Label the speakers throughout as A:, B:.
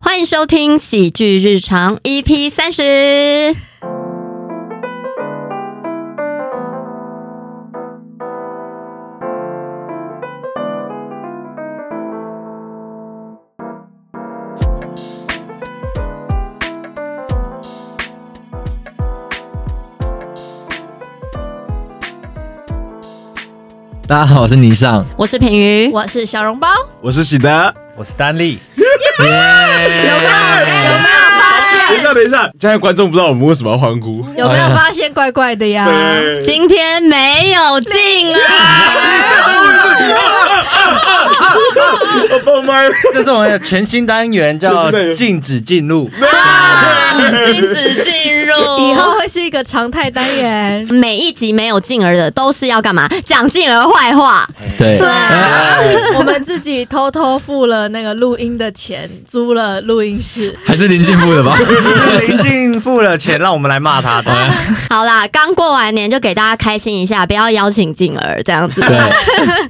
A: 欢迎收听《喜剧日常》EP 三十。
B: 大家好，我是霓尚，
A: 我是品瑜，
C: 我是小笼包，
D: 我是喜德。
E: 我是丹利，
C: 有没有有没有发
D: 等一
C: 现？
D: 下，等一下，现在观众不知道我们为什么要欢呼。
C: 有啊没有发现怪怪的呀？
D: 对，
A: 今天没有进啊！
D: 我爆麦。
E: 这是我们的全新单 元，叫“禁止进入
A: 禁止进入，。
C: 以后会是一个常态单元
A: 每一集没有进儿的都是要干嘛？讲进儿坏话，
B: 对，
C: 啊我们自己偷偷付了那个录音的钱，租了录音室。
B: 还是林进步的吧？”，
E: 林静付了钱，让我们来骂他的。
A: 好啦，刚过完年就给大家开心一下，不要邀请静儿这样子。
B: 对，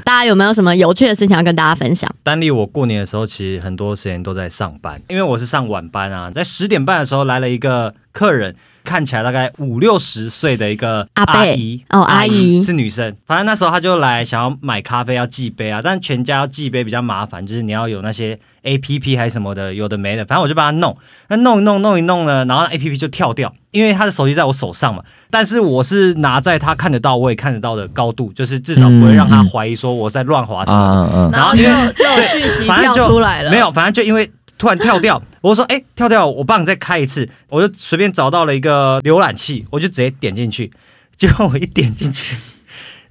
A: 大家有没有什么有趣的事情要跟大家分享？
E: 丹利，我过年的时候其实很多时间都在上班，因为我是上晚班啊，在十点半的时候来了一个客人，看起来大概五六十岁的一个
A: 阿伯
E: 姨
A: 哦阿姨
E: 是女生，反正那时候她就来想要买咖啡要寄杯啊，但全家要寄杯比较麻烦，就是你要有那些 A P P 还是什么的，有的没的，反正我就帮她弄，那弄一弄弄一弄呢，然后 A P P 就跳掉，因为她的手机在我手上嘛，但是我是拿在她看得到我也看得到的高度，就是至少不会
A: 嗯
E: 让她怀疑说我在乱滑什么的。
B: 嗯
C: 然后就就有讯息
E: 反正
C: 跳
E: 就
C: 出来了，
E: 没有，反正就因为突然跳掉，我说哎、诶跳掉，我帮你再开一次，我就随便找到了一个浏览器，我就直接点进去，结果我一点进去，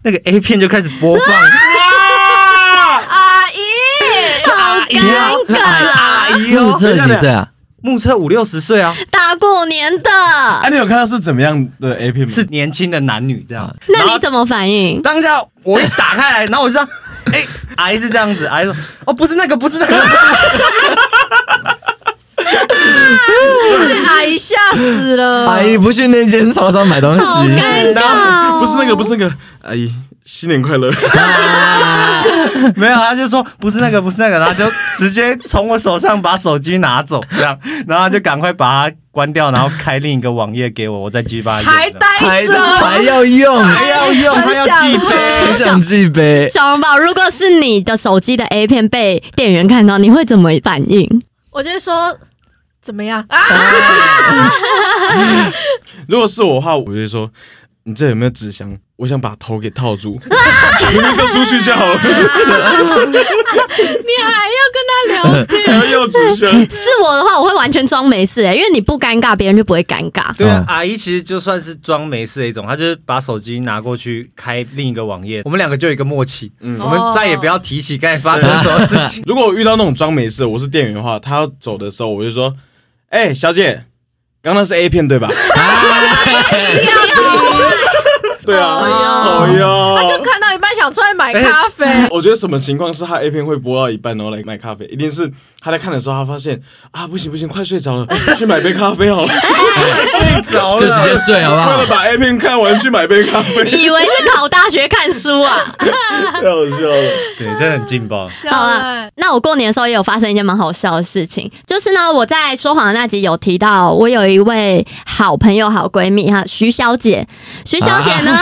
E: 那个 A 片就开始播放，
C: 阿姨，
A: 好尴尬，
E: 阿
B: 嗯，目测几岁啊？
E: 目测五六十岁啊，
A: 大过年的
D: 哎，，你有看到是怎么样的 A 片吗？
E: 是年轻的男女这样。
A: 那你
E: 然后
A: 怎么反应？
E: 当下我一打开来，然后我就这样，哎、阿姨是这样子，阿姨说，哦，不是那个，不是那个，
C: 阿姨哎吓死了。
E: 哎
B: 阿哎姨不去那间超商买东
A: 好
B: 西，
A: 尴尬哦，
D: 不是那个，不是那个，阿姨，新年快乐！
E: 没有，他就说不是那个，不是那个，然后就直接从我手上把手机拿走，这样， 然后就赶快把它关掉，然后开另一个网页给我，我再继续把它
C: 还
E: 用这样。
C: 待
B: 还
C: 着，
B: 还要用，
E: 还要用，
C: 很
E: 还要
C: 想
E: 记
B: 很
E: 得。
B: 想自卑。
A: 小笼包，如果是你的手机的 A 片被店员看到，你会怎么反应？
C: 我就说怎么样啊？
D: 如果是我的话，我就会说，你这有没有纸箱？我想把头给套住，明明就出去就好了，
C: 你还要跟他聊天？
D: 还要用纸箱。
A: 是我的话，我会完全装没事、欸，因为你不尴尬，别人就不会尴尬。
E: 对
B: 嗯，
E: 啊阿姨其实就算是装没事的一种，她就是把手机拿过去开另一个网页，我们两个就有一个默契，
D: 嗯
E: 我们再也不要提起刚才发生什么事 情。
D: 如果我遇到那种装没事，我是店员的话，他要走的时候，我就说，哎，小姐，刚刚是 A 片对吧？对啊，哎
C: 他
D: 呀
E: 哦
C: 就。看到一半想出来买咖啡，
E: 哎
D: 我觉得什么情况是他 A 片会播到一半，然后来买咖啡？一定是他在看的时候，他发现啊，不行不行，快睡着了，去买杯咖啡好 了，
E: 着了
B: 就直接睡好不
D: 为
B: 好
D: 了？把 A 片看完去买杯咖啡，
A: 以为是考大学看书 啊！
D: 太好 笑了。
E: 对，真的很劲爆。
C: 笑
A: 好
C: 了
E: 哎
A: 啊。那我过年的时候也有发生一件蛮好笑的事情，就是呢，我在说谎的那集有提到，我有一位好朋友、好闺蜜哈，徐小姐。徐小姐呢，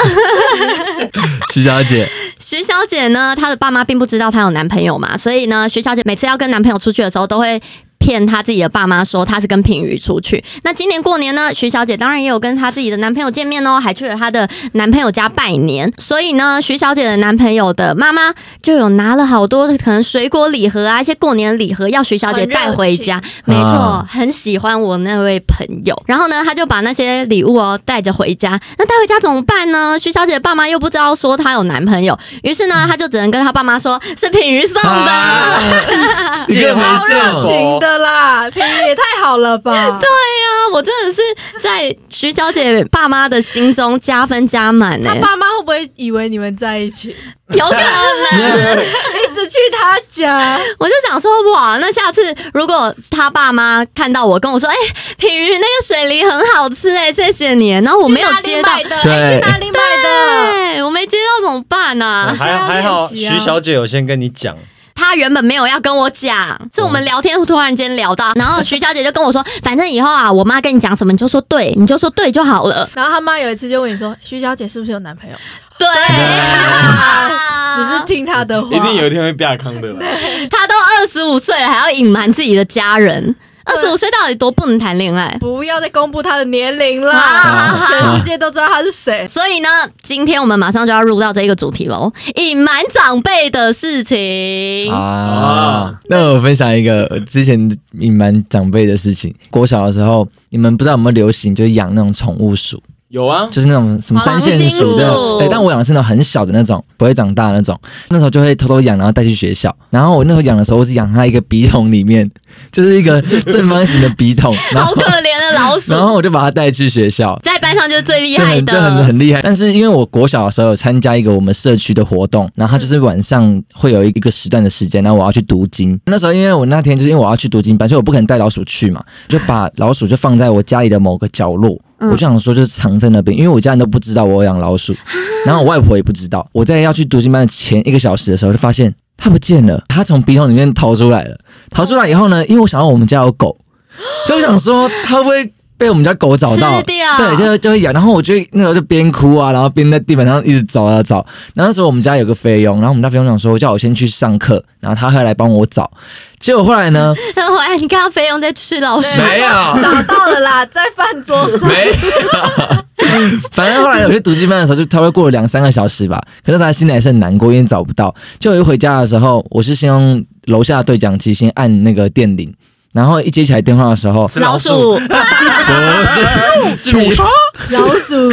B: 徐小姐，
A: 徐小姐呢，她的爸妈并不知道她有男朋友嘛，所以呢，徐小姐每次要跟男朋友出去的时候，都会骗她自己的爸妈说她是跟品瑜出去。那今年过年呢，徐小姐当然也有跟她自己的男朋友见面哦，还去了她的男朋友家拜年。所以呢，徐小姐的男朋友的妈妈就有拿了好多可能水果礼盒啊，一些过年礼盒要徐小姐带回家。 没
B: 很热情
A: 错
B: 啊，
A: 很喜欢我那位朋友。然后呢，她就把那些礼物哦带着回家。那带回家怎么办呢？徐小姐爸妈又不知道说她有男朋友，于是
C: 嗯
A: 呢，她就只能跟她爸妈说是品瑜送 的。 哎
B: 啊你更没
C: 好热
B: 送，
C: 情的啦，品语也太好了吧？哎对，
A: 啊，我真的是在徐小姐爸妈的心中加分加满呢、
C: 他爸妈会不会以为你们在一起，
A: 有可能。
C: 一直去他家？
A: 我就想说，哇，那下次如果他爸妈看到我跟我说，哎、品瑜那个水梨很好吃、哎，谢谢你。然 后我没有接到，
C: 去哪里买的，
B: 对
C: 哎去哪里买的？
A: 对，我没接到怎么办呢、啊
E: 嗯还
C: 现在要
E: 还好，
C: 练习啊
E: 徐小姐有先跟你讲，
A: 他原本没有要跟我讲，是我们聊天突然间聊到，然后徐小姐就跟我说，反正以后啊，我妈跟你讲什么，你就说对，你就说对就好了。
C: 然后他妈有一次就问你说：“徐小姐是不是有男朋友
A: 对， 啊
C: 只是听她的话，
D: 一定有一天会变康的啦。
A: 他都二十五岁了，还要隐瞒自己的家人，二十五岁到底多不能谈恋爱？
C: 不要再公布她的年龄啦，
A: 啊
C: 全世界都知道她是谁。
A: 所以呢，今天我们马上就要入到这一个主题喽，隐瞒长辈的事情。
B: 啊，那我分享一个我之前隐瞒长辈的事情。国小的时候，你们不知道有没有流行，就是养那种宠物鼠，
D: 有啊，
B: 就是那种什么三线
A: 黄
B: 鼠
A: 金
B: 这
A: 鼠
B: 种。对，但我养的是那种很小的那种，不会长大的那种。那时候就会偷偷养，然后带去学校。然后我那时候养的时候，我只养它一个笔筒里面，就是一个正方形的笔筒，然
A: 好
B: 后
A: 可怜的老鼠
B: 然，后我就把它带去学校。
A: 在班上就是最厉
B: 就
A: 害
B: 很就很
A: 的。
B: 很厉害。但是因为我国小的时候有参加一个我们社区的活动，然后它就是晚上会有一个时段的时间，然后我要去读经。那时候因为我那天就是因为我要去读经班，所以我不可能带老鼠去嘛，就把老鼠就放在我家里的某个角落。
A: 嗯
B: 我就想说，就是藏在那边，因为我家人都不知道我有养老鼠，
A: 啊
B: 然后我外婆也不知道。我在要去读经班的前一个小时的时候，就发现它不见了，它从鼻孔里面逃出来了。逃出来以后呢，因为我想到我们家有狗，所以我想说它会不会被我们家狗找到
A: 吃？掉，
B: 对，就就会咬。然后我就那时候就边哭啊，然后边在地板上一直找啊找。然后那时候我们家有个菲佣，然后我们家菲佣想说叫我先去上课，然后他会来帮我找。结果后来呢，
A: 然后哎，你看到菲佣在吃老鼠，
B: 没有，
C: 找到 了啦，在饭桌上。
B: 没有。反正后来我去读经班的时候，就差不多过了两三个小时吧。可是他心里还是很难过，因为找不到。就我一回家的时候，我是先用楼下的对讲机先按那个电铃，然后一接起来电话的时候，
E: 是
A: 老鼠，
B: 不是，是米
C: 老鼠，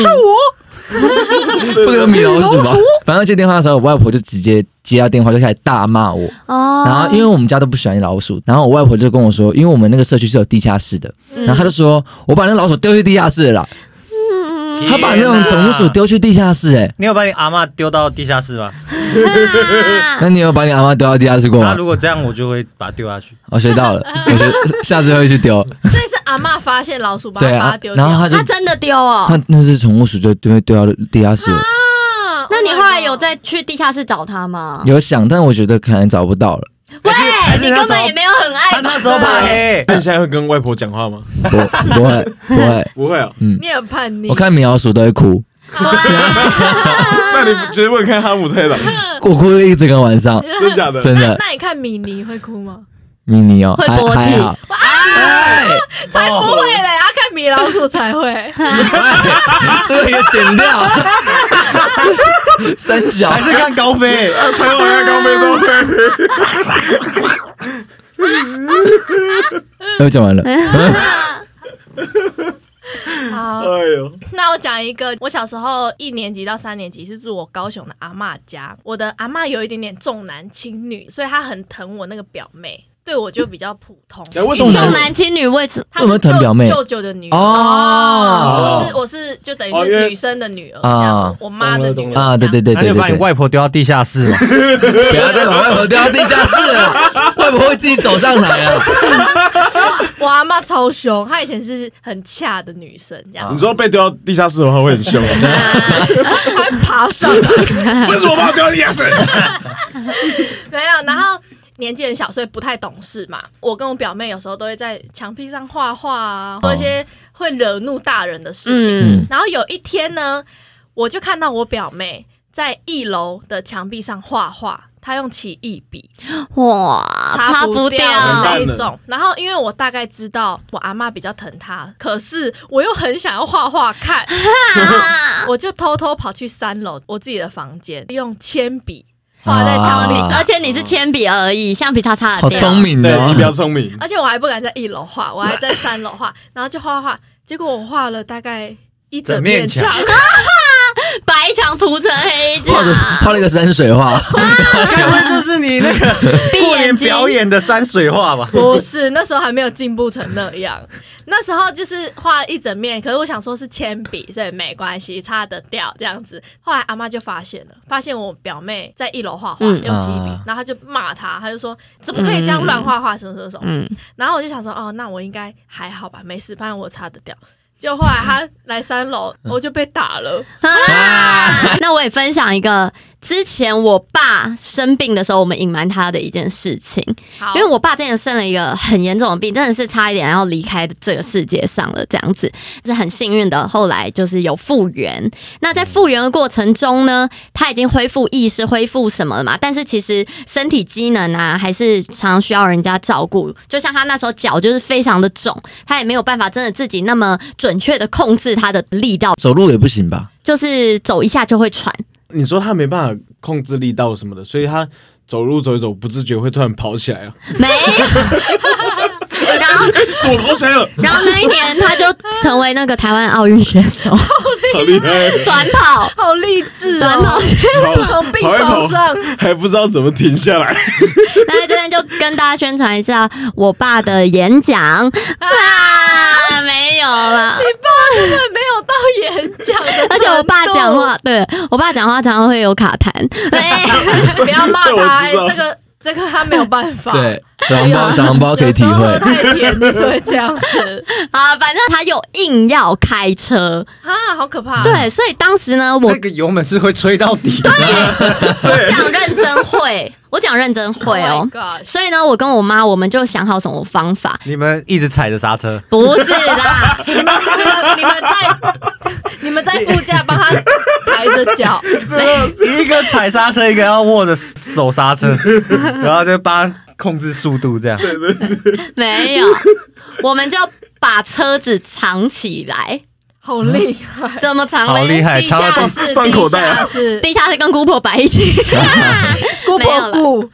B: 不可能米老鼠吧？反正接电话的时候，我外婆就直接接到电话就开始大骂我。
A: 哦，
B: 然后因为我们家都不喜欢老鼠，然后我外婆就跟我说，因为我们那个社区是有地下室的，然后她就说我把那老鼠丢去地下室了啦，
E: 嗯
B: 她把那种宠物鼠。丢去地下室、欸，哎，
E: 你有把你阿嬷丢到地下室吗？
A: 啊
B: 那你有把你阿妈丢到地下室过
E: 那
B: 吗？
E: 啊如果这样，我就会把它丢下去。
B: 我学到了，我学下次会去丢，
C: 所以是阿嬷发现老鼠，把
B: 对
C: 它把
B: 啊
C: 它丢，掉。
B: 然后她就
A: 他真的丢哦。
B: 她那只宠物鼠就丢丢到地下室了，
C: 啊
A: 那你后来有
C: Oh my god
A: 再去地下室找他吗？
B: 有想，但我觉得可能找不到了，
A: 喂
E: 还，是
A: 你
E: 那
A: 根
E: 时
A: 本
E: 候
A: 也没有很
E: 他
A: 爱吧，
E: 那时候怕黑，
D: 那你现在会跟外婆讲话吗？
B: 不不会不会，
D: 不会啊，
C: 你很叛逆，
B: 我看米老鼠都会哭，
D: 那你直接问看哈姆太郎，
B: 我哭了一整个晚上，
D: 真假的？
B: 真
C: 那
B: 的。
C: 那你看米妮会哭吗？
B: 迷你哦，
A: 会
B: 还
A: 勃起
B: 还好，哦
C: 才不会嘞，要看米老鼠 才会。
B: 这个也剪掉， 三小
E: 哦还是看高 飞。
D: 啊，台湾人刚被都会。
B: 我讲完了，
A: 哎
C: 好，
D: 哎呦，
C: 那我讲一个，我小时候一年级到三年级是住我高雄的阿嬷家，我的阿嬷有一点点重男轻女，所以她很疼我那个表妹，对我就比较普通。
D: 哎，为什
A: 重
D: 么？
A: 男轻女为什
C: 她
B: 为什么
C: 是
B: 疼
C: 舅
B: 表妹
C: 舅舅的女儿。
B: 哦
C: 我是我是就等于
D: 哦因
C: 是
D: 为
C: 女生的女儿，
B: 啊
C: 这样我妈的女儿
B: 啊，对对对
E: 那
B: 对
E: 你有把你
B: 对对，
E: 外婆丢到地下 室吗？
B: 不要再把外婆丢到地下室 了，外婆会自己走上来啊。
C: 我阿妈超凶，她以前是很恰的女生，这样
D: 你说被丢到地下室的话会很凶啊，
C: 还爬上
D: 是我把我丢到地下室。
C: 没有，然后年纪很小，所以不太懂事嘛。我跟我表妹有时候都会在墙壁上画画啊，做一些会惹怒大人的事情。
A: 哦嗯，
C: 然后有一天呢，我就看到我表妹在一楼的墙壁上画画。她用奇异笔
A: 哇，
C: 擦
A: 啊擦不
C: 掉的那
A: 掉，
B: 啊
D: 完蛋
C: 一
D: 了
C: 种，然后因为我大概知道我阿妈比较疼她，可是我又很想要画画看，
A: 啊
C: 我就偷偷跑去三楼我自己的房间，用铅笔画在
A: 哦
C: 墙壁
A: 你
C: 上，
A: 而且你是铅笔而已，橡皮擦擦得
B: 好
A: 掉。
B: 聪明
D: 对
A: 哎
D: 你比较
B: 哦，
D: 聪明，
C: 而且我还不敢在一楼画，我还在三楼画，然后就画画画，结果我画了大概一整面墙，
E: 整
A: 白墙涂成黑墙
B: 画，着画了一个山水画，
E: 该不会就是你那个
A: 闭
E: 过年
A: 眼睛。
E: 表演的山水画吧？
C: 不是那时候还没有进步成那样，那时候就是画了一整面，可是我想说是铅笔，所以没关系，擦得掉这样子。后来阿妈就发现了，发现我表妹在一楼画画用
A: 嗯
C: 铅笔
B: 啊，
C: 然后她就骂她，她就说怎么可以这 样乱画画什么什么什么。
A: 嗯，
C: 然后我就想说，哦，那我应该还好吧，没事，反正我擦得掉。就后来他来三楼，我就被打了。
A: 啊！ 那我也分享一个之前我爸生病的时候，我们隐瞒他的一件事情，
C: 好，
A: 因为我爸之前生了一个很严重的病，真的是差一点要离开这个世界上了，这样子是很幸运的。后来就是有复原，那在复原的过程中呢，他已经恢复意识、恢复什么了嘛？但是其实身体机能啊，还是常常需要人家照顾。就像他那时候脚就是非常的肿，他也没有办法真的自己那么准确的控制他的力道，
B: 走路也不行吧？
A: 就是走一下就会喘。
D: 你说他没办法控制力道什么的，所以他走路走一走，不自觉会突然跑起来啊！
A: 没，然后
D: 哎怎么跑起 来了？
A: 然后那一年他就成为那个台湾奥运选手，
D: 好厉害，
A: 短跑。
C: 好励志
A: 短跑
C: 哦，，从病床上，
D: 还不知道怎么停下来。
A: 那在这边就跟大家宣传一下我爸的演讲啊，没有了。
C: 真的没有到演讲的啊程度，
A: 而且我爸讲话，对我爸讲话常常会有卡痰，对，
C: 不要骂
D: 这我
C: 他，哎
D: 知道
C: 这个这个他没有办法。
B: 对，小
A: 哎
B: 笼包小笼包可以
C: 有
B: 体
C: 时候
B: 会
C: 喝。太甜就是会这样 子
A: 啊，反正他又硬要开车，
C: 啊，好可怕！，
A: 对，所以当时呢，我
E: 那个油门是会吹到 底的。
A: 我讲认真会，我讲认真会哦
C: Oh my。god
A: 所以呢，我跟我妈我们就想好什么方法，
E: 你们一直踩着刹车，
A: 不是啦，
C: 你们你们在你们在副驾帮他抬着脚，
E: 一个踩刹车，一个要握着手刹车， 然后就帮他控制速度这样。
A: 没有，我们就把车子藏起来，
C: 好厉害！啊
A: 怎么藏嘞？
E: 好厉害
C: 地
E: 藏了
C: 下
E: 放
C: 室，
D: 放口
C: 地
D: 袋
C: 下
D: 啊
C: 室，
A: 地下室跟姑婆摆一 起，
C: 姑
A: 没有了
C: 婆姑，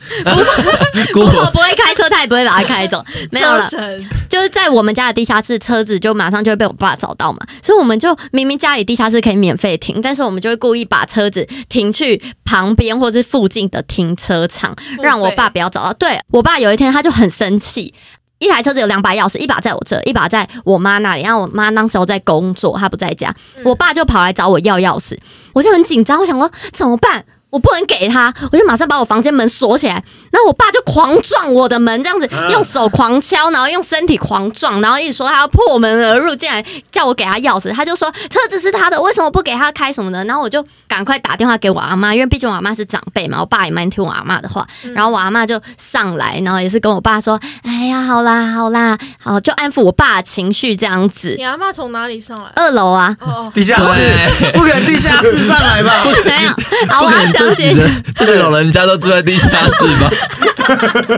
A: 姑婆不会开车，她也不会把它开 走，没有了
C: 笑。声
A: 就是在我们家的地下室，车子就马上就会被我爸找到嘛，所以我们就明明家里地下室可以免费停，但是我们就会故意把车子停去旁边或是附近的停车场，
C: 费
A: 让我爸不要找到。对我爸有一天他就很生气。一台车子有两把钥匙，一把在我这，一把在我妈那里。然后我妈那时候在工作，她不在家，
D: 嗯
A: 我爸就跑来找我要钥匙，我就很紧张，我想说怎么办？我不能给他，我就马上把我房间门锁起来。然后我爸就狂撞我的门，这样子
B: 啊
A: 用手狂敲，然后用身体狂撞，然后一直说他要破门而入，进来叫我给他钥匙。他就说车子是他的，为什么不给他开什么的？然后我就赶快打电话给我阿妈，因为毕竟我阿妈是长辈嘛，我爸也蛮听我阿妈的话。
B: 嗯
A: 然后我阿妈就上来，然后也是跟我爸说：“哎呀，好啦，好啦，好，就安抚我爸的情绪这样子
C: 你。阿妈从哪里上来”？
A: 二楼 啊，
C: 哦，
E: 地下 室，不可能地下室上来吧？
A: 没有，好，我要讲
B: 这
A: 解
B: 几
A: 一下
B: 个。这些老人家都住在地下室 吧？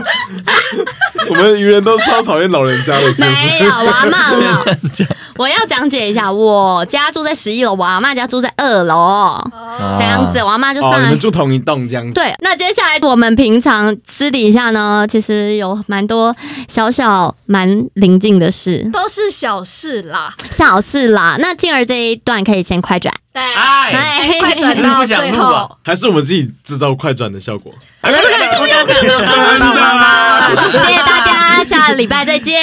D: 我们愚人都超讨厌老人家的，真的是
A: 没有，我阿妈很好。 我要讲解一下，我家住在十一楼，我阿妈家住在二楼，这样子，我阿妈就上
D: 哦，你
A: 来
D: 们。住同一栋这样子，
A: 对，那接下来我们平常私底下呢，其实有蛮多小小蛮临近的事，
C: 都是小事啦。
A: 小事啦。那静儿这一段可以先快转，
C: 对，
E: 哎，
A: 哎，
C: 快转到最后，
D: 还是我们自己制造快转的效果？真
E: 真
D: 的？
A: 谢谢大家，下礼拜再见。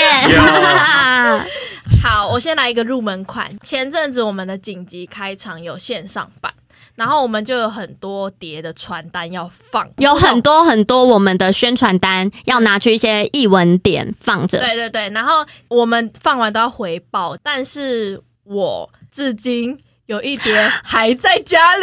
C: 好，我先来一个入门款。前阵子我们的紧急开场有线上版，然后我们就有很多叠的传单要放，
A: 有很多很多我们的宣传单要拿去一些译文点放着，
C: 对对对，然后我们放完都要回报，但是我至今有一叠还在家里，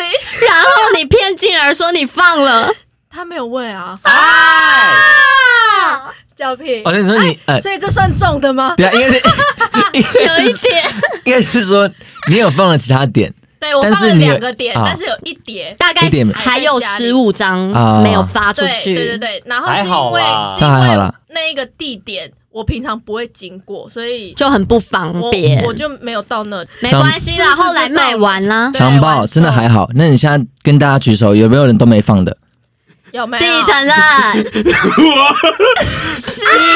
A: 然后你骗静儿说你放了。
C: 他没有问啊，
E: 哎，
A: 啊
C: 叫屁。
B: 哦，那你说你呃，
C: 所以这算重的吗？
B: 对啊，应该是应该
A: 哎 有一
B: 是
A: 点，
B: 应该是说你有放了其他点
C: 对我
B: 但
C: 放
B: 是
C: 了
B: 你有
C: 两个点，
B: 啊
C: 但是有一叠。
A: 大概
B: 一点
A: 还有十五张
B: 啊
A: 没有发出
C: 对
A: 去。
C: 对对对，然后是
E: 还好
C: 因为
E: 啦
C: 是
B: 那还好
C: 因为
B: 啦
C: 那一个地点我平常不会经过，所以
A: 就很不方
C: 我
A: 便。
C: 我就没有到那里。
A: 没关系啦，
C: 上
A: 后来卖完啦。
C: 对
B: 强暴，真的还好。那你现在跟大家举手，有没有人都没放的？
C: 有没
A: 自己
C: 有？
A: 承认，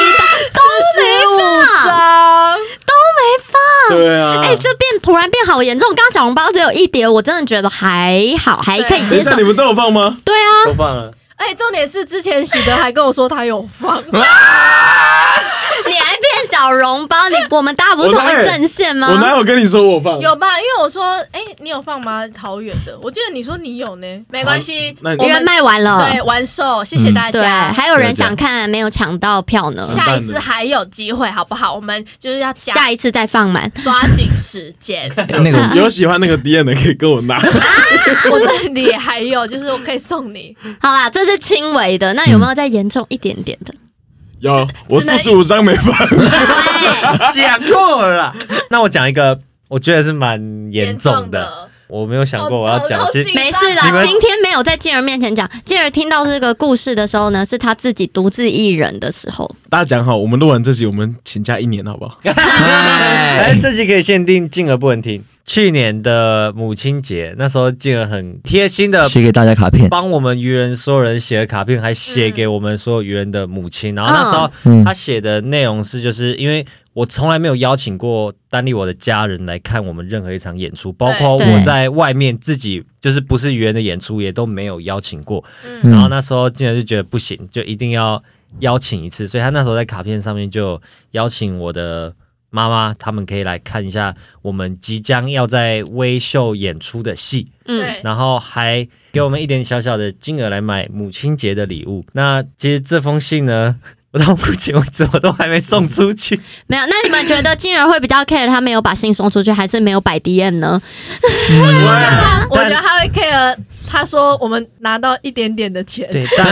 C: 都没张，
D: 对啊，
A: 哎，这变突然变好严重。刚刚小笼包只有一碟，我真的觉得还好，还可以
D: 等一
A: 接受
D: 下，。你们都有放吗？
A: 对啊，
D: 都放了。
C: 哎，重点是之前喜德还跟我说他有放，
A: 你还变小笼包？你我们大家不是同一阵线吗
D: 我？哪有跟你说我放？
C: 有吧？因为我说，哎、你有放吗？桃园的，我记得你说你有呢，没关系，
D: 那你
C: 我
A: 因为
C: 们
A: 卖完了，
C: 对完售，谢谢
B: 嗯
C: 大
A: 对，
C: 家。
A: 还有人想看没有抢到票呢，
C: 下一次还有机会，好不好？我们就是要加
A: 下一次再放满。
C: 抓紧时间。
B: 那个
D: 有喜欢那个 D N 的可以跟我拿。
C: 我这里还有，就是我可以送你，
A: 好啦，这是轻微的，那有没有再严重一点点的？
C: 嗯
D: 有，我
C: 只能
D: 四十五张没放。
E: 讲过了啦。那我讲一个，我觉得是蛮严重的。。我没有想过我要讲，
C: 好
E: 其
C: 紧
E: 实
C: 张
A: 没事
E: 你
A: 啦，
E: 们
A: 今天没有在静儿面前讲。静儿听到这个故事的时候呢，是她自己独自一人的时候。
D: 大家讲好，我们录完这集，我们请假一年，好不好？
E: 哎，
B: 哎，
E: 这集可以限定静儿不能听。去年的母亲节，那时候静儿很贴心的
B: 写给大家卡片，
E: 帮我们愚人所有人写了卡片，还写给我们所有愚人的母亲。然后那时候
B: 嗯
E: 他写的内容是，就是因为我从来没有邀请过丹立我的家人来看我们任何一场演出，包括
A: 对对
E: 我在外面自己就是不是愚人的演出也都没有邀请过。
B: 嗯
E: 然后那时候竟然就觉得不行，就一定要邀请一次，所以他那时候在卡片上面就邀请我的。妈妈，他们可以来看一下我们即将要在微秀演出的戏。
A: 嗯，
E: 然后还给我们一点小小的金额来买母亲节的礼物。那其实这封信呢， 我到目前为止我都还没送出去。
A: 没有。那你们觉得静儿会比较 care 她没有把信送出去，还是没有摆
C: 哦
A: DM 呢？
C: 我觉得他会 care，他说我们拿到一点点的钱，啊
E: 对，但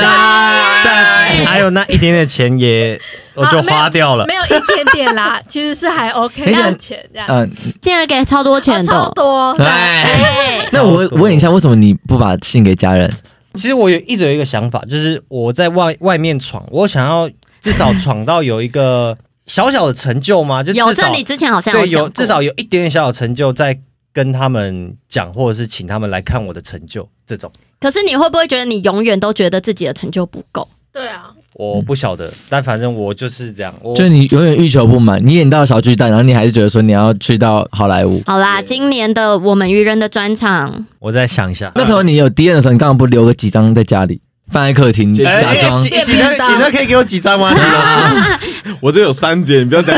E: 但还有那一点点钱也我就花掉了
C: 没。有一点点啦，其实是还 OK
B: 没想
C: 的钱这样，
B: 嗯，
A: 静儿给超多钱
C: 哦
A: 的，
C: 超多，
B: 哎，
A: 哎
B: 那我问一下，为什么你不把信给家人？
E: 其实我有一直有一个想法，就是我在外外面闯，我想要至少闯到有一个小小的成就嘛，就
A: 有
E: 至
A: 这
E: 少
A: 你之前好像
E: 对
A: 讲
E: 有
A: 过
E: 至少有一点点小小成就，再跟他们讲，或者是请他们来看我的成就这种。
A: 可是你会不会觉得你永远都觉得自己的成就不够？
C: 对啊，
E: 我不晓得，但反正我就是这样。我
B: 就是你永远欲求不满，你演到小巨蛋，然后你还是觉得说你要去到好莱坞。
A: 好啦，今年的我们愚人的专场，
E: 我再想一下，
B: 那时候你有 D N 的时候，你干嘛不留个几张在家里，放在客厅
D: 哎
B: 假
E: 哎
B: 装
E: 喜？喜乐喜乐可以给我几 张吗？喜乐
D: 我这有三点，你不要讲。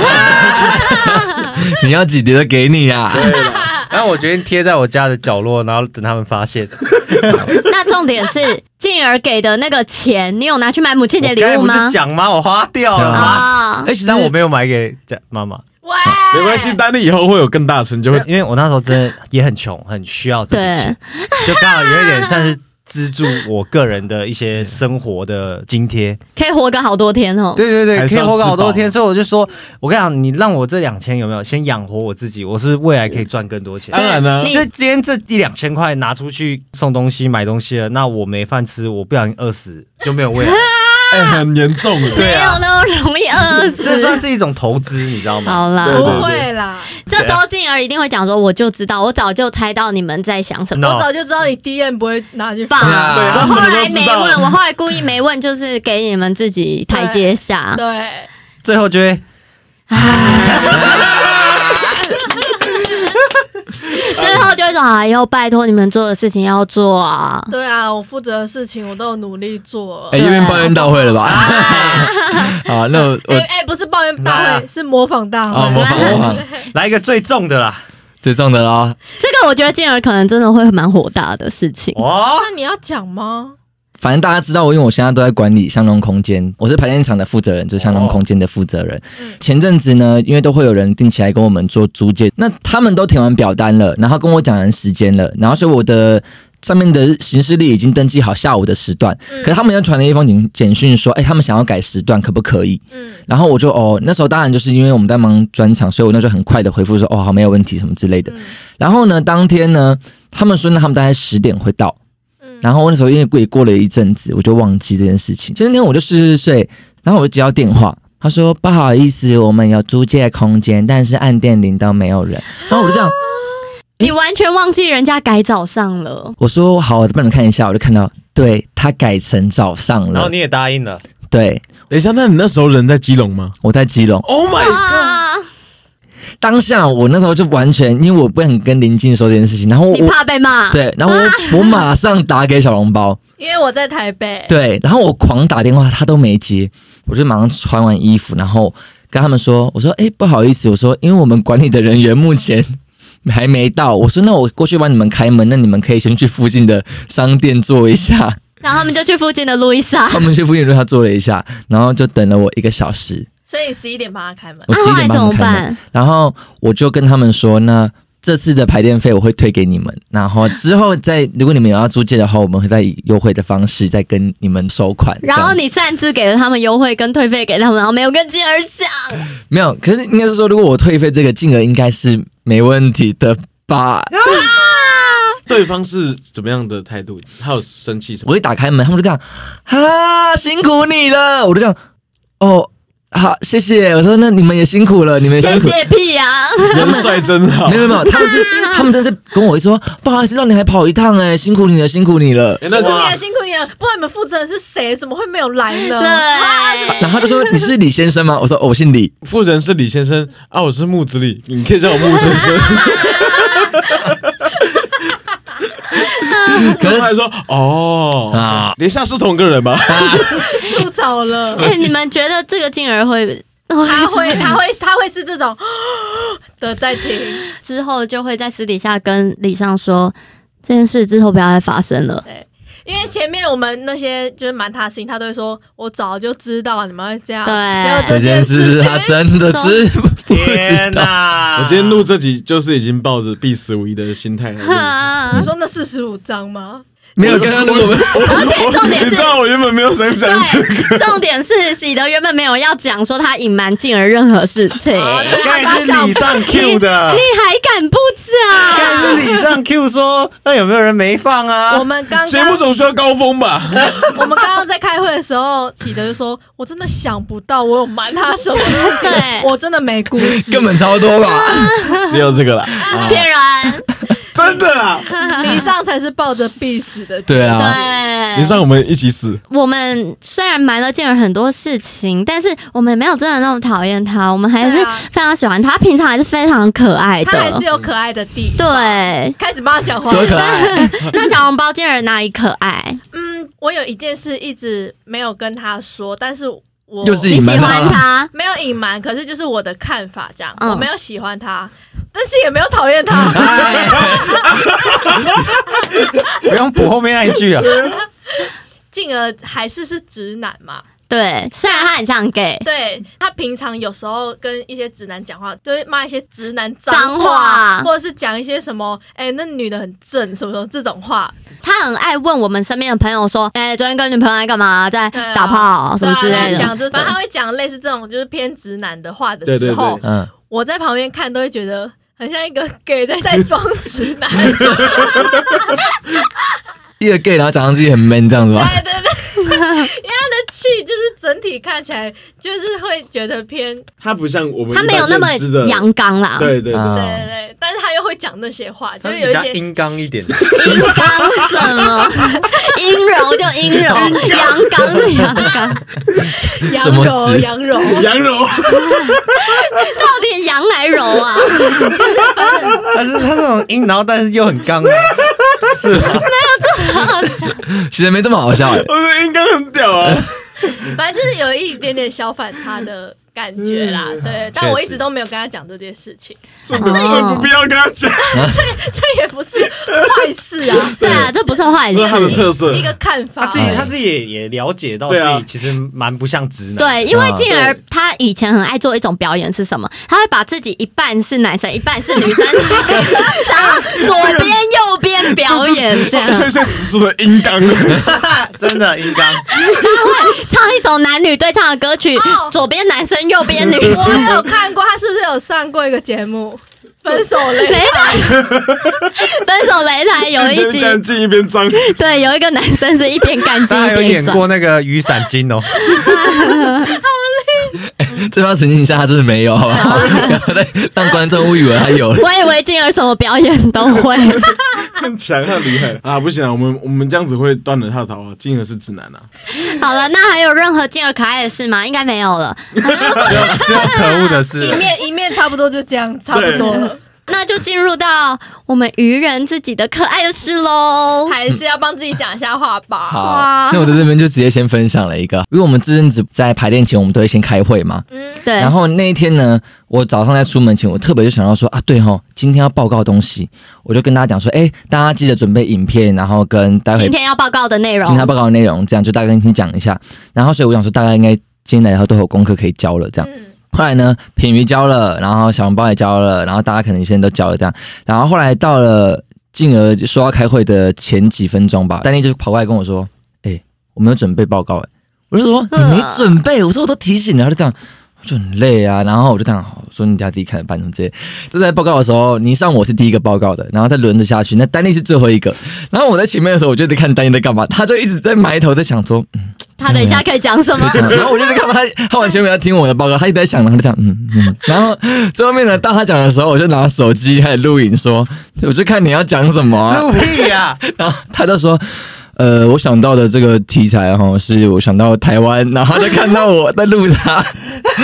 B: 你要几叠的给你啊？
E: 然后我决定贴在我家的角落，然后等他们发 现。
A: 那重点是静儿给的那个钱，你有拿去买母亲节
E: 我
A: 礼
E: 刚才
A: 物
E: 不
A: 吗
E: 是？讲吗？我花掉了吗？
A: 啊
B: 哎，其实
E: 但我没有买给家妈妈，
C: 喂，
D: 没关系，丹尼以后会有更大的成就。
E: 因为我那时候真的也很穷，很需要这笔
A: 对
E: 钱，，就刚好有一点算是资助我个人的一些生活的津贴。
A: 可以活个好多天哦。
E: 对对对，
D: 还
E: 可
D: 是
E: 以
D: 要
E: 活个好多
D: 吃
E: 天，所以我就说，我跟你讲，你让我这两千有没有先养活我自己？我是未来可以赚更多钱
D: 当。然呢
A: 你
E: 啊所以今天这一两千块拿出去送东西、买东西了，那我没饭吃，我不小心饿死就没有 未来。
D: 哎，很严重哎。
A: 没有那么容易饿
E: 啊这算
A: 死。
E: 是一种投资，你知道吗？
A: 好
D: 对对
A: 啦，
D: 对
C: 不会啦，
A: 这时候静儿一定会讲说，我就知道，我早就猜到你们在想什么。
E: No
C: 我早就知道你 DM 不会拿去
A: 放，
C: 放，
E: 对
A: 我
E: 啊
A: 后来
D: 他什么都
A: 没
D: 知道
A: 问，我后来故意没问，就是给你们自己台阶下。
C: 对，
E: 最后就 会
A: 最后就会说，哎呦，拜托你们做的事情要做啊。
C: 对啊，我负责的事情我都有努力做。
B: 哎，又变抱怨大会了吧？
E: 啊
B: 好，那我
C: 哎
B: 我
C: 哎，不是抱怨大
E: 来
C: 会，
E: 啊
C: 是模仿大
B: 啊，
C: 会。
B: 模仿模仿
E: 来一个最重的啦！
B: 最重的啦。
A: 这个我觉得静儿可能真的会蛮火大的事情。
E: 哦，
C: 那你要讲吗？
B: 反正大家知道我，因为我现在都在管理香农空间，我是排练场的负责人，就是香农空间的负责人。前阵子呢，因为都会有人定期来跟我们做租借，那他们都填完表单了，然后跟我讲完时间了，然后所以我的。上面的行事历已经登记好下午的时段，可是他们又传了一封简简讯说，哎、他们想要改时段，可不可以？
C: 嗯，
B: 然后我就哦，那时候当然就是因为我们在忙专场，所以我那时候很快的回复说哦好没有问题什么之类的。
C: 嗯
B: 然后呢，当天呢，他们说呢他们大概十点会到。然后我那时候因为也过了一阵子，我就忘记这件事情。所以那天我就睡睡睡，然后我就接到电话，他说不好意思，我们有租借空间，但是按电铃都没有人。然后我就这样，
A: 你完全忘记人家改早上了，
B: 我说好，我帮你看一下，我就看到对他改成早上
E: 然后
B: 了。
E: 你也答应了，
B: 对，
D: 等一下，那你那时候人在基隆吗
B: 我在基隆。
D: ？Oh my！
A: 哇！
B: 当下我那时候就完全，因为我不想跟林静说这件事情，然后我
A: 你怕被骂？
B: 对，然后
A: 啊
B: 我我马上打给小笼包，
C: 因为我在台北，
B: 对，然后我狂打电话，他都没接，我就马上穿完衣服，然后跟他们说，我说哎、不好意思，我说因为我们管理的人员目前 还没到，我说那我过去帮你们开门，那你们可以先去附近的商店坐一下。
A: 然后他们就去附近的路易莎。
B: 他们去附近对他坐了一下，然后就等了我一个小时，
C: 所以十一点帮他开门
B: 我
A: 啊
B: 十一
A: 后来
B: 点
A: 怎
B: 半
A: 么
B: 开门。
A: 办？
B: 然后我就跟他们说，那这次的排练费我会退给你们，然后之后再如果你们有要租借的话，我们会再以优惠的方式再跟你们收款。
A: 然后
B: 这样
A: 你擅自给了他们优惠跟退费给他们，然后没有跟金儿讲，
B: 没有，可是应该是说，如果我退费这个金额应该是没问题的吧？
D: 对方是怎么样的态度？他有生气 什么？
B: 我一打开门，他们就这样，啊，辛苦你了，我就这样，哦。好，谢谢。我说那你们也辛苦了，你们也辛
A: 谢
B: 苦。
A: 谢屁啊呀、
D: 人帅真 好
B: 没。有没有，他们 是他们真是跟我说，不好意思，让你还跑一趟哎、辛苦你了，辛苦你了。
D: 哎
C: 辛苦你
D: 哇
C: 了，辛苦你了！不知道你们负责人是谁，怎么会没有来呢？
A: 对，
B: 然后他就说你是李先生吗？我说、哦、我姓李。
D: 负责人是李先生啊，我是木子李，你可以叫我木先生。 可是他还说哦
B: 啊
D: 啊，连下是同个人吧？
C: 吐槽 了。
A: 哎、你们觉得这个金儿会？
C: 他 会，他会，他会是这种的在听，
A: 之后就会在私底下跟李尚说这件事之后不要再发生了。
C: 因为前面我们那些就是瞒他的事情，他都会说：“我早就知道你们会这样。”
A: 对
C: 结果
B: 这件事
C: 情
B: 他真的知不
E: 天
B: 知道？
E: 哪！
D: 我今天录这集就是已经抱着必死无疑的心态了。
C: 你说那四十五章吗？
B: 没有，刚刚如果我们
A: 而且重点
D: 你
A: 是
D: 知，道我原本没有想讲这个，
A: 对，重点是喜德原本没有要讲说他隐瞒静儿任何事情，你
E: 刚才是李啊上 Q 的，
A: 还敢不
E: 刚
A: 讲？
E: 才是李上 Q 说，那有没有人没放啊？
C: 我们刚
D: 节目
C: 刚
D: 总需要高峰吧？
C: 我们刚刚在开会的时候，启德就说：“我真的想不到我有瞒他什么 事 情，
A: 对
C: 我真的没故事。”
B: 根本超 多吧？
D: 只有这个啦，
A: 骗
D: 啊
A: 人，
D: 真的啦！
C: 李尚才是抱着必死的。
B: 对啊，
D: 你
A: 对。
D: 让我们一起死。
A: 我们虽然瞒了静儿很多事情，但是我们没有真的那么讨厌她，我们还是
C: 对啊
A: 非常喜欢她。她平常还是非常可爱
C: 他还
A: 的
C: 是，有可爱的地方。
A: 对。
C: 开始帮他讲话。
B: 啊多可爱！
A: 那小笼包静儿哪里可爱？
C: 嗯，我有一件事一直没有跟他说，但是我
B: 又是
A: 你
B: 隐
A: 喜
B: 瞒
A: 欢
B: 他，
A: 她？
C: 没有隐瞒，可是就是我的看法这样，
A: 嗯
C: 我没有喜欢他，但是也没有讨 厌他。
E: 不用补后面那一句 啊。
C: 进而还是是直男嘛？
A: 对，虽然她很像 gay，
C: 对他平常有时候跟一些直男讲话，都会骂一些直男
A: 脏
C: 脏
A: 话
C: 话，或者是讲一些什么，哎、那女的很正，什么什么这种话，
A: 她很爱问我们身边的朋友说：“哎、昨天跟女朋友在干嘛？在
C: 对啊
A: 打炮、哦什么之类
C: 对啊
A: 的。
C: 讲这，反正他会讲类似这种就是偏直男的话的
D: 对对
C: 时候，
D: 对
B: 嗯，
C: 我在旁边看都会觉得很像一个 gay 在在装直男。
B: 一个 gay 然后假装自己很 man 这样子吧？
C: 对对对，因为他的气就是整体看起来就是会觉得偏，对
D: 他不像我们
A: 他没有那么
D: 一般认知的
A: 阳刚啦，
D: 对对对，
E: 嗯
B: 啊
C: 对对，但是他又会讲那些话，就是有一些
E: 阴刚一点，
A: 阴刚什么？ 阴柔就阴柔，阳刚就阳刚。
B: 什
C: 羊
B: 么
C: 柔
B: 词
C: 羊柔，
D: 阳柔，
A: 到底阳来柔 啊？
E: 他是他这种阴，然后但是又很刚啊。
A: 好笑
B: 其实没这么好笑、欸。
D: 我觉得应该很屌啊！
C: 反正就是有一点点小反差的感觉啦。
E: 嗯
C: 对，但我一直都没有跟他讲这件事情，
D: 这个
A: 这。
D: 这不必要跟他讲，
C: 这也不是坏事啊
A: 对啊，这不是坏
D: 这是他的
A: 事。
D: 特色
C: 一。个看法
E: 他，自己他自己也也了解到自
D: 对啊
E: 己其实蛮不像直男。
A: 对，因为静儿她以前很爱做一种表演是什么？她会把自己一半是男生，一半是女生，然后左边右边表 演这样，
D: 确确实实的阴刚，
E: 真的阴刚，
A: 唱一首男女对唱的歌 曲
C: 哦，
A: 左边男生右边女 生。
C: 我有看过，他是不是有上过一个节 目《分手擂
A: 擂
C: 台》？
A: 分手擂台有一
D: 一
A: 集
D: 边，干净一边脏。
A: 对，有一个男生是一边干净
E: 他还
A: 一
E: 有
A: 边
E: 演
A: 脏。
E: 过那个雨伞 精哦，
B: 这方澄清一下，他真的没有，好不好？然后再让观众误以为他有 了。
A: 我以为静儿什么表演都会，
D: 很强，很厉害啊！不行啊，我们我们这样子会断了他的桃花，进而是指南啊。
A: 好了，那还有任何静儿可爱的事吗？应该没有了。
C: 啊
E: 只有只有可恶的是
C: 一面一面差不多就这样，差不多了。
A: 那就进入到我们愚人自己的可爱的事喽。
C: 还是要帮自己讲一下话吧。
A: 哇
B: 好，那我在这边就直接先分享了一个，因为我们这阵子在排练前，我们都会先开会嘛。
C: 嗯，
A: 对，
B: 然后那一天呢，我早上在出门前，我特别就想到说啊，对吼，今天要报告东西，我就跟大家讲说，哎，大家记得准备影片，然后跟待会
A: 今天要报告的内容
B: 今，天报告的内容，这样就大概先讲一下。然后所以我想说，大概应该今天来的话都有功课可以交了，这样。
C: 嗯，
B: 后来呢，品鱼交了，然后小笼包也交了，然后大家可能现在都交了这样。然后后来到了进而说要开会的前几分钟吧，丹妮就跑过来跟我说：“哎、我没有准备报告。”哎，我就说：“你
A: 嗯
B: 没准备？”我说：“我都提醒了。”他就这样。我就很累啊，然后我就这样，好说你家自己看着办什么之类。就在报告的时候，你上我是第一个报告的，然后再轮着下去，那丹妮是最后一个。然后我在前面的时候，我就在看丹妮在干嘛，她就一直在埋头在想说，
A: 他等一下可以讲什么？
B: 然后我就在看到他，他完全没有听我的报告，他一直在想，然后就这样，嗯嗯。然后最后面呢，到他讲的时候，我就拿手机开始录影说，我就看你要讲什么啊、
E: 录屁呀！
B: 然后他就说。呃，我想到的这个题材哈，是我想到台湾，然后他就看到我在录他，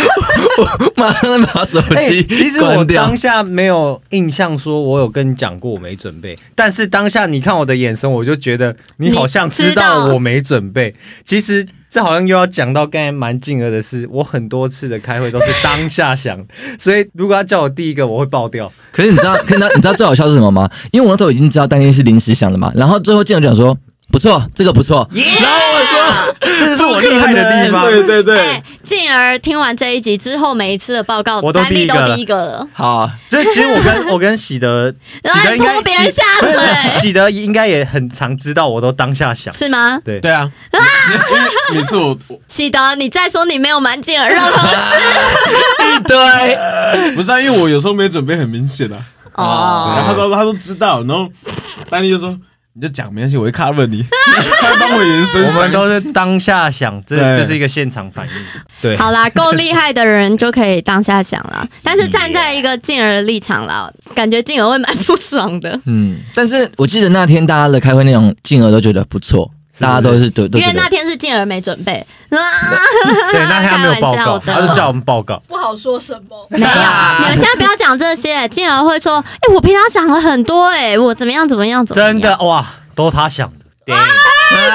B: 我马上就把手
E: 哎、
B: 机
E: 其实我
B: 关掉。
E: 当下没有印象，说我有跟你讲过我没准备，但是当下你看我的眼神，我就觉得你好像知道我没准备。 其实这好像又要讲到刚才蛮敬额的事，我很多次的开会都是当下想，所以如果他叫我第一个，我会爆掉。
B: 可是你知道，可是你知道你知道最好笑是什么吗？因为我那时候已经知道当天是临时想的嘛，然后最后见友讲说不错，这个不错，
E: 然后我说，这就是我厉害的地方。
D: 对对对，
A: 哎，进而听完这一集之后，每一次的报告，
E: 我都
A: 丹
E: 第
A: 妮
E: 一
A: 都
E: 个了
A: 第一个了，
B: 好，
E: 所以其实我跟我跟喜德，
A: 然后
E: 喜德
A: 还
E: 应该
A: 拖别人下 水，
E: 喜德应该也很常知道，我都当下想。
A: 是吗？
E: 对
D: 对啊，每次我我
A: 喜德，你再说你没有瞒进而让 他
B: 一堆。
D: 不是啊，因为我有时候没准备，很明显啊。然
A: 哦，
D: 后他都他都知道，然后丹尼就说：“你就讲没关系，我会 cover 你。” 他还帮我延伸，
E: 我们都是当下想，这
D: 对
E: 就是一个现场反应。对，
A: 好啦，够厉害的人就可以当下想啦。但是站在一个进而的立场啦，感觉进而会蛮不爽的，
B: 嗯，但是我记得那天大家的开会内容，进而都觉得不错，
E: 是
B: 大家都是都都
A: 因
B: 觉
A: 为那
B: 得。
A: 天是进而没准备，啊
E: 对，那天他没有报
A: 开
E: 告，
A: 玩笑的
E: 他就叫我们报告。
C: 不好说什么。
A: 没有，你们现在不要讲这些，进而会说，哎、我平常想了很多、哎，我怎么样怎么样怎么样，
E: 真的哇，都他想的。对，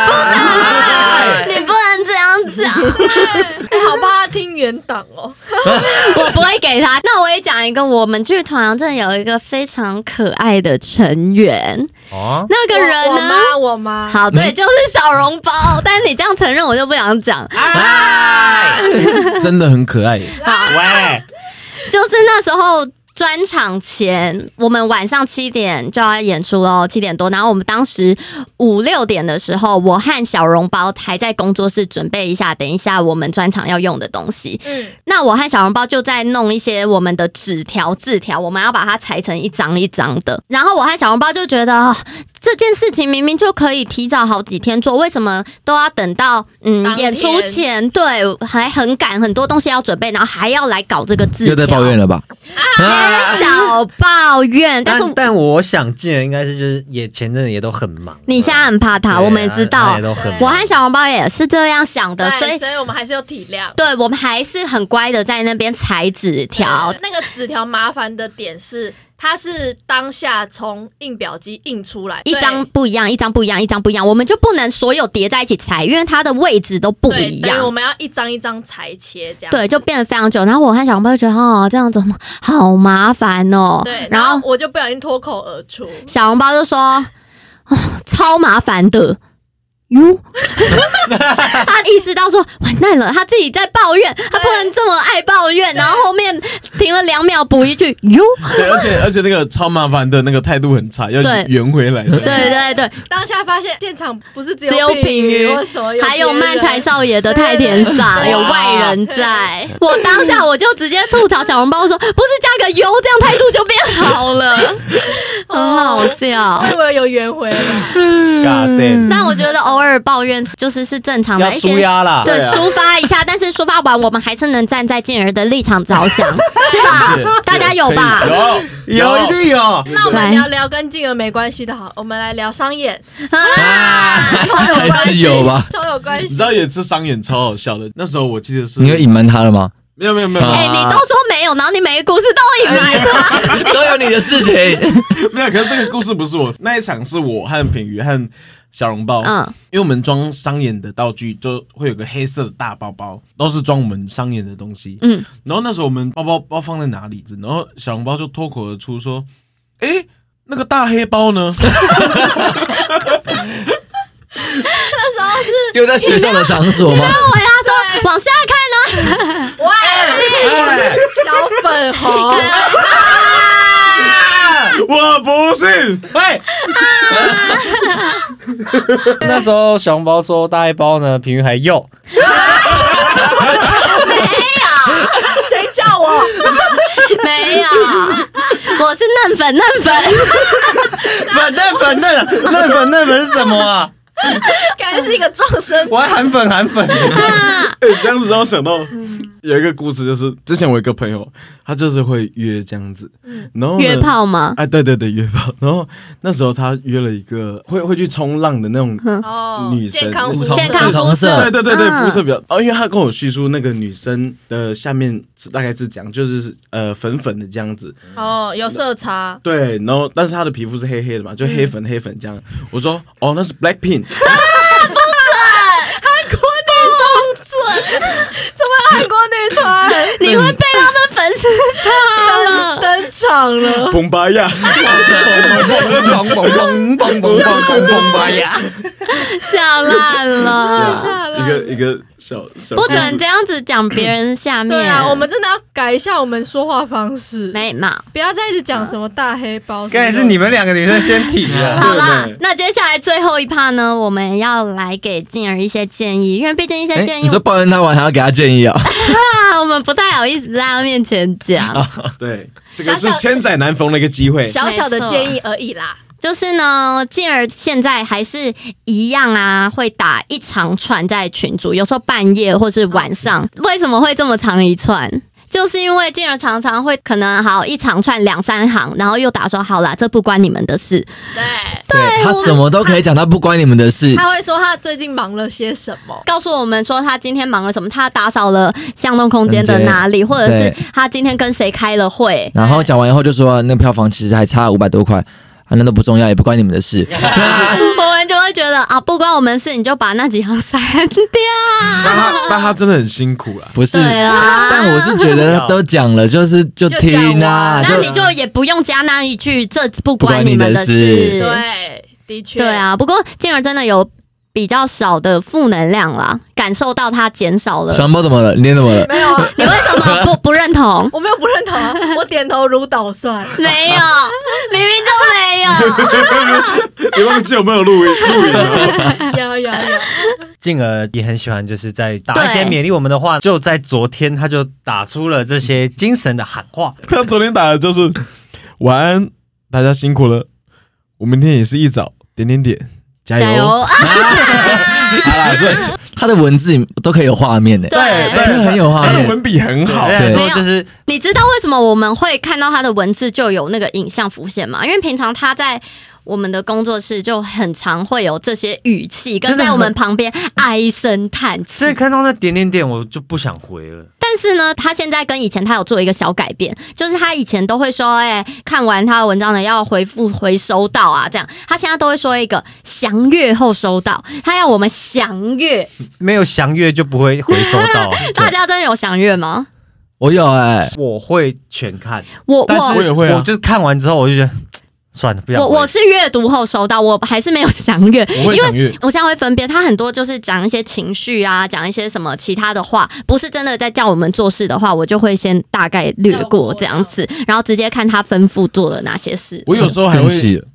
A: 啊，你不能这样讲。
C: 哎，好怕他听原档哦。
A: 我不会给他。那我也讲一个，我们剧团真的有一个非常可爱的成员，
E: 哦，
A: 那个人
C: 我
A: 呢？
C: 妈，我妈，
A: 好，对，就是小笼包。但是你这样承认，我就不想讲。
D: 真的很可爱。
E: 啊喂，
A: 就是那时候专场前，我们晚上七点就要演出喽，七点多。然后我们当时五六点的时候，我和小笼包还在工作室准备一下，等一下我们专场要用的东西。
C: 嗯，
A: 那我和小笼包就在弄一些我们的纸条、字条，我们要把它裁成一张一张的。然后我和小笼包就觉得、哦这件事情明明就可以提早好几天做，为什么都要等到嗯
C: 当天
A: 演出前？对，还很赶，很多东西要准备，然后还要来搞这个字条。
B: 又在抱怨了吧？
A: 先小抱怨，但
E: 但
A: 是
E: 但我想进的应该是就是也前阵子也都很忙。
A: 你现在很怕
E: 对
C: 啊
A: 他，我们也知
E: 他
A: 道
E: 也。都很忙
A: 我和小笼包也是这样想的，
C: 对
A: 所以
C: 哎所以我们还是有体谅。
A: 对我们还是很乖的在那边裁纸条
C: 对。那个纸条麻烦的点是，它是当下从印表机印出来，
A: 一张
C: 对
A: 不一样，一张不一样，一张不一样，我们就不能所有叠在一起裁，因为它的位置都不
C: 对
A: 一
C: 等于我
A: 样。
C: 们要一张一张裁切这样。
A: 对，就变得非常久。然后我和小红包就觉得，哦，这样怎么好麻烦哦。
C: 对，
A: 然
C: 然
A: 后
C: 后我就不小心脱口而 出，
A: 小红包就说，哦，超麻烦的。哟， 他意识到说完蛋了，他自己在抱怨，他不能这么爱抱怨。然后后面停了两秒，补一句哟，
D: 对，而且而且那个超麻烦的那个态度很差，要
A: 对
D: 圆回来。
A: 对对对，
C: 当下发现现场不是只
A: 只有
C: 有
A: 品
C: 鱼
A: 鱼，
C: 为什么有
A: 还有
C: 别人
A: 漫才少爷的太田
C: 对
A: 赏，
C: 对
A: 有外人在。我当下我就直接吐槽小笼包说，不是加个 “U”，这样态度就变好 了，很好笑
C: 我。以为有圆 回来，
E: God damn
A: 但我觉得偶尔抱怨就是是正常
E: 要
A: 的，一
E: 舒
A: 些
E: 压啦。
A: 对啊抒发一 下，但是抒发完我们还是能站在进儿的立场着想， 是吧？大家有吧？
D: 有
E: 有一定有。
C: 那我
A: 来
C: 们聊聊跟金额没关系的好，我们来聊商演，
A: 啊，
C: 超有关
B: 还是
C: 系，
B: 有吧？
C: 超有关
D: 你
C: 系
D: 知。道有一次商演超好笑的，那时候我记得是
B: 你有隐瞒他了吗？
D: 没有没有没有，
B: 啊
A: 哎，你都说没有，友，然后你每个故事都以埋他，
B: 都有你的事情。
D: 没有，可是这个故事不是我那一场，是我和品瑜和小笼包，
A: 嗯
D: 因为我们装商演的道具，就会有个黑色的大包包，都是装我们商演的东西，
A: 嗯，
D: 然后那时候我们包包包放在哪里，然后小笼包就脱口而出说，诶，那个大黑包呢？
B: 又在学校的场所吗？
A: 我回答说往下看呢，
C: 喂， 小粉红，
D: 我不信，
A: 啊
E: 喂，那时候小红包说大一包呢，平云 还有，
C: 谁叫我？
A: 没有， 我是嫩粉嫩粉，
E: 粉嫩粉嫩嫩粉嫩粉是什么啊？
C: 感觉是一个撞声。
E: 我还含粉含 粉，
A: 啊
D: 哎、这样子让我想到有一个故事，就是之前我有一个朋友，他就是会约这样子，然后 呢
A: 约炮吗？
D: 哎，对对对，约炮。然后那时候他约了一个会会去冲浪的那
A: 嗯
D: 种，
C: 哦
D: 女神
C: 健康
D: 那
C: 服
D: 个
A: 健
C: 饰
A: 康
B: 粉红
A: 肤
B: 色
A: 色，
D: 对对对对，
A: 嗯
D: 肤色比较哦，因为他跟我叙述那个女生的下面是大概是讲就是呃粉粉的这样子，
C: 哦，有色差。
D: 对，然后但是她的皮肤是黑黑的嘛，
A: 嗯
D: 就黑粉黑粉这样。我说哦，那是 black pink，
C: 怎么有韩国女团
A: 你会被他们粉丝杀了。
C: 登场了？
D: 蓬巴亚，
E: 嘣嘣嘣嘣嘣嘣嘣吧呀！
A: 吓烂了，
D: 一个一个小
A: 啊不
D: 小故事
A: 准这样子讲别人下面。
C: 对 啊，我们真的要改一下我们说话方式，
A: 没礼貌。
C: 不要再一直讲什么大黑包。
E: 刚才是你们两个女生先提的，
A: 好啦
D: 对，
A: 那接下来最后一趴呢，我们要来给静儿一些建议，因为毕竟一些
B: 哎
A: 建
B: 你
A: 议
B: 说抱怨他完还要给他建议啊？
A: 啊，我们不太好意思在他面前讲。
D: 对，这个是千载难逢的一个机会。
C: 小小的
A: 没错
C: 建议而已啦。
A: 就是呢，静儿现在还是一样啊，会打一长串在群组，有时候半夜或是晚上。为什么会这么长一串？就是因为静儿常常会可能好一长串两三行，然后又打说好啦，这不关你们的事，
C: 对，
B: 对他什么都可以讲，他不关你们的事。
C: 他会说他最近忙了些什么。
A: 告诉我们说他今天忙了什么，他打扫了巷弄空间的哪里，或者是
B: 对
A: 他今天跟谁开了会。
B: 然后讲完以后就说，那票房其实还差五百多块，啊，那都不重要，也不关你们 的事。
A: 我们就会觉得啊，不关我们事，你就把那几行删掉。
D: 但他但他真的很辛苦啦，
B: 不是，
A: 对啊，
B: 但我是觉得他都讲了，就是就
C: 就
B: 听
C: 讲
B: 啊，
C: 完
A: 那
B: 就
A: 你就也不用加那一句，这不关你们的
B: 不关你的
A: 事。
B: 事
C: 对，的确，
A: 对，啊，不过进而真的有比较少的负能量啦，感受到它减少了。
B: 传播怎么了？你念怎么了？
C: 没有啊，
A: 你为什么不不认同？
C: 我没有不认同啊， 我点头如捣蒜。
A: 没有，明明就没有。
D: 你忘记有没有录音 录影了？
C: 有有有，
E: 进而也很喜欢，就是在打一些
A: 对
E: 勉励我们的话。就在昨天，他就打出了这些精神的喊话。
D: 他昨天打的就是晚安，大家辛苦了，我明天也是一早点点点，加油！ 哦
A: 加油啊！
B: 好啦，对，他的文字都可以有画面的，
A: 对，
B: 真的很有画
D: 他的
B: 面。
D: 文笔很好，
E: 对
B: 啊对
E: 说就是
A: 你知道为什么我们会看到他的文字就有那个影像浮现吗？因为平常他在。我们的工作室就很常会有这些语气，跟
E: 真的
A: 在我们
E: 很
A: 旁边唉声叹气。
E: 是看到那点点点，我就不想回了。
A: 但是呢，他现在跟以前他有做一个小改变，就是他以前都会说，哎、看完他的文章呢要回复回收到啊，这样。他现在都会说一个详阅后收到，他要我们详阅。
E: 没有详阅就不会回收 到。
A: 大家真的有详阅吗？
B: 我有哎，
E: 我会全看，
A: 我
E: 但是
D: 我
A: 我。
D: 也会啊
E: 我就是看完之后我就觉得算了，不想
A: 我
E: 回。
A: 我是阅读后收到，我还是没有详阅，
D: 我会
A: 因为
D: 赏月。
A: 我现在会分辨，他很多就是讲一些情绪啊，讲一些什么其他的话，不是真的在叫我们做事的话，我就会先大概略过这样子，然后直接看他吩咐做了哪些事。
D: 我有时候还
B: 生
D: 会，
B: 气了，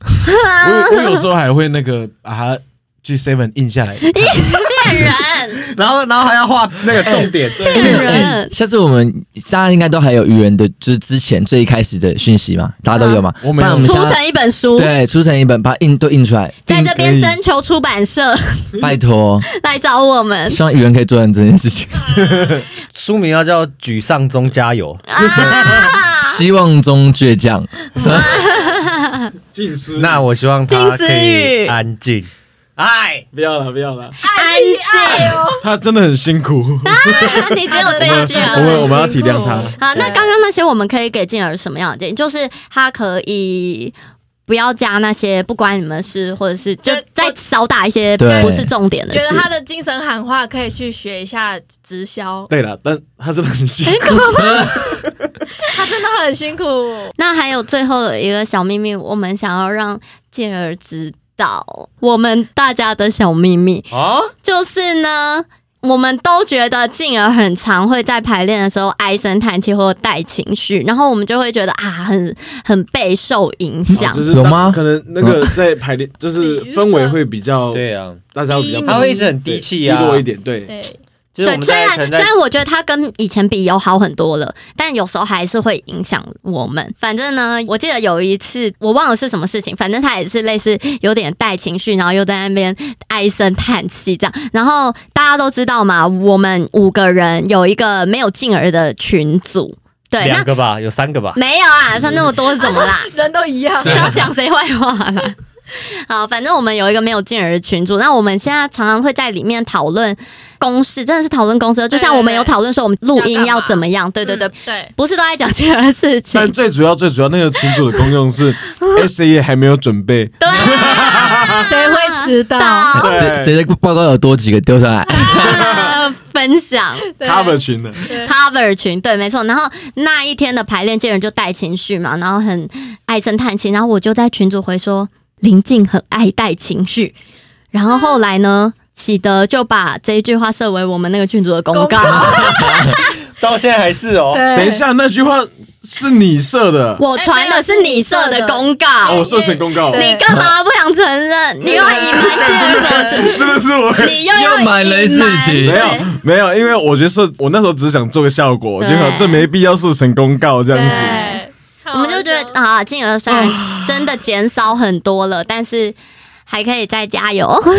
D: 我有我有时候还会那个把它去 seven 印下来。
A: 骗人，
E: 然后然后还要画那个重 点，
A: 骗人！
B: 下次我们大家应该都还有愚人的，就是之前最一开始的讯息嘛，大家都有嘛？
D: 嗯我
B: 不
D: 没有
B: 然我们
A: 出
B: 现在
A: 成一本书，
B: 对出成一本，把它印都印出来，
A: 在这边
D: 嗯
A: 征求出版社
B: 拜托，
A: 来找我们
B: 希望愚人可以做成这件 事情。
A: 啊
E: 书名要叫《沮丧中加油
A: 啊！
B: 希望中倔强，》，
D: 近视
E: 那我希望他
A: 金丝
E: 可以
A: 玉
E: 安静。哎，
D: 不要了，不要了。
A: 安干净。
D: 他真的很辛苦，
A: 啊你只有这一句
D: 我
A: 啊。
D: 们我们要体谅他。
A: 好，那刚刚那些我们可以给静儿什么样的建议？就是她可以。不要加那些不关你们的事，或者是就
C: 对
A: 再
C: 我
A: 少打一些
B: 对
A: 不是重点的
C: 觉
A: 事。
C: 得他的精神喊话可以去学一下直销，
D: 对了，但他真的很辛苦。
C: 他真的很辛苦。
A: 那还有最后一个小秘密，我们想要让健儿知道我们大家的小秘密，
E: 哦，
A: 就是呢，我们都觉得静儿很常会在排练的时候唉声叹气或带情绪，然后我们就会觉得啊，很很备受影响。
D: 就是
B: 有吗
D: 可能那个在排练，就是氛围会比较，
E: 对啊，
D: 大家会比较
C: 低迷
E: 他会一直很低气啊
D: 低，落一点。对，
C: 对，
E: 就是我们
A: 虽
E: 在可
A: 然
E: 能
A: 虽
E: 在
A: 然我觉得他跟以前比有好很多了，但有时候还是会影响我们。反正呢，我记得有一次我忘了是什么事情，反正他也是类似有点带情绪，然后又在那边唉声叹气这样。然后大家都知道嘛，我们五个人有一个没有进儿的群组，对，那
E: 两个吧，有三个吧，
A: 没有啊，他那么多是怎么啦？
C: 人都一样。
A: 是要讲谁坏话啦？ 好，反正我们有一个没有进而的群组，那我们现在常常会在里面讨论公式，真的是讨论公式，就像我们有讨论说我们录音要怎么样，对对对，
C: 嗯对，
A: 不是都在讲进而的事情
D: 但，最主要最主要那个群主的功用是 S A 也还没有准备，
A: 对，
C: 啊谁会迟到？
A: 到
D: 对
B: 谁谁的报告有多几个丢上来？哎
A: 分享。
C: 对
D: cover 群的，
A: cover 群，对，没错。然后那一天的排练，见人就带情绪嘛，然后很唉声叹气。然后我就在群组回说，林静很爱带情绪。然后后来呢，喜德就把这一句话设为我们那个群组的公告。
C: 公
E: 到现在还是哦，
C: 对
D: 等一，下那句话是你设的，
A: 我传的是你设的公
D: 哦，
A: 告
D: 我，设成公告，
C: 对
A: 你干嘛不想承认？你又要隐瞒这个事情，
D: 真的是我。
A: 你又要
B: 又瞒
A: 隐
B: 人事情
D: 没
A: 对
D: 有没有，因为我觉得设我那时候只是想做个效果，我就
A: 对
D: 想这没必要设成公告这样子。
C: 对，
A: 我们就觉得啊，金额虽然真的减少很多了，但是还可以再加油。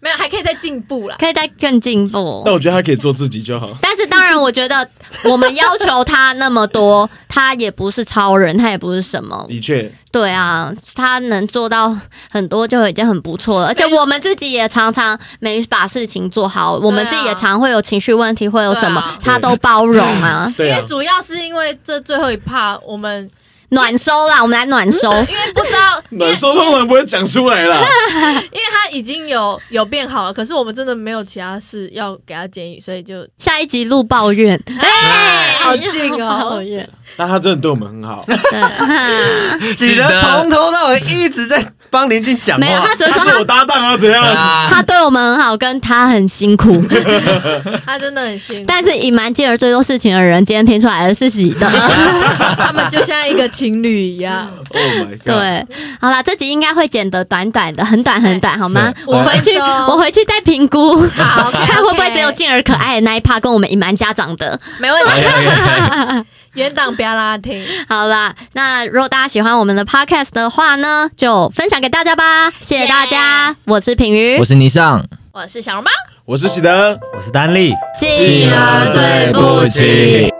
C: 没有，还可以再进步啦。
A: 可以再更进步
D: 但。我觉得他可以做自己就好。
A: 但是当然，我觉得我们要求他那么多，他也不是超人，他也不是什么，
D: 的确，
A: 对啊，他能做到很多就已经很不错了。而且我们自己也常常没把事情做好，我们自己也常会有情绪问题，会有什么、
C: 啊对啊
A: 他都包容 啊，
D: 对
C: 因
D: 啊
C: 为，主要是因为这最后一趴，我们
A: 暖收啦，我们来暖 收。
C: 因为不知道，因为
D: 暖收通常不会讲出来 啦。
C: 因为他已经有有变好了，可是我们真的没有其他事要给他建议，所以就
A: 下一集录抱怨，哎、
C: 好近哦
A: 抱怨，
D: 但他真的对我们很 好，
A: 对，哈
E: 喜德从头到尾一直在帮林静讲
A: 没有，
E: 话
A: 他，只会
D: 他
A: 说
D: 是
A: 他
D: 我搭档啊，怎样？
A: 他对我们很好，跟他很辛苦。
C: 他真的很辛苦。
A: 但是隐瞒进而最多事情的人，今天听出来的是喜的。
C: 啊他们就像一个情侣一样，
D: Oh my god！，
A: 对，好啦，这集应该会剪得短短的，很短很短，好吗？
B: 对
A: 我回去，
C: 好
A: 我回去再评估，
C: 好
A: 看 会不会只有静儿可爱的那一趴跟我们隐瞒家长的。
C: 没问题。 原档不要让他听，
A: 好啦，那如果大家喜欢我们的 podcast 的话呢，就分享给大家吧，谢谢大家，我是品瑜
B: 我，是霓尚。
C: 我是小猫。
D: 我是喜德。
E: 我是丹丽。
A: 静
B: 儿对不起。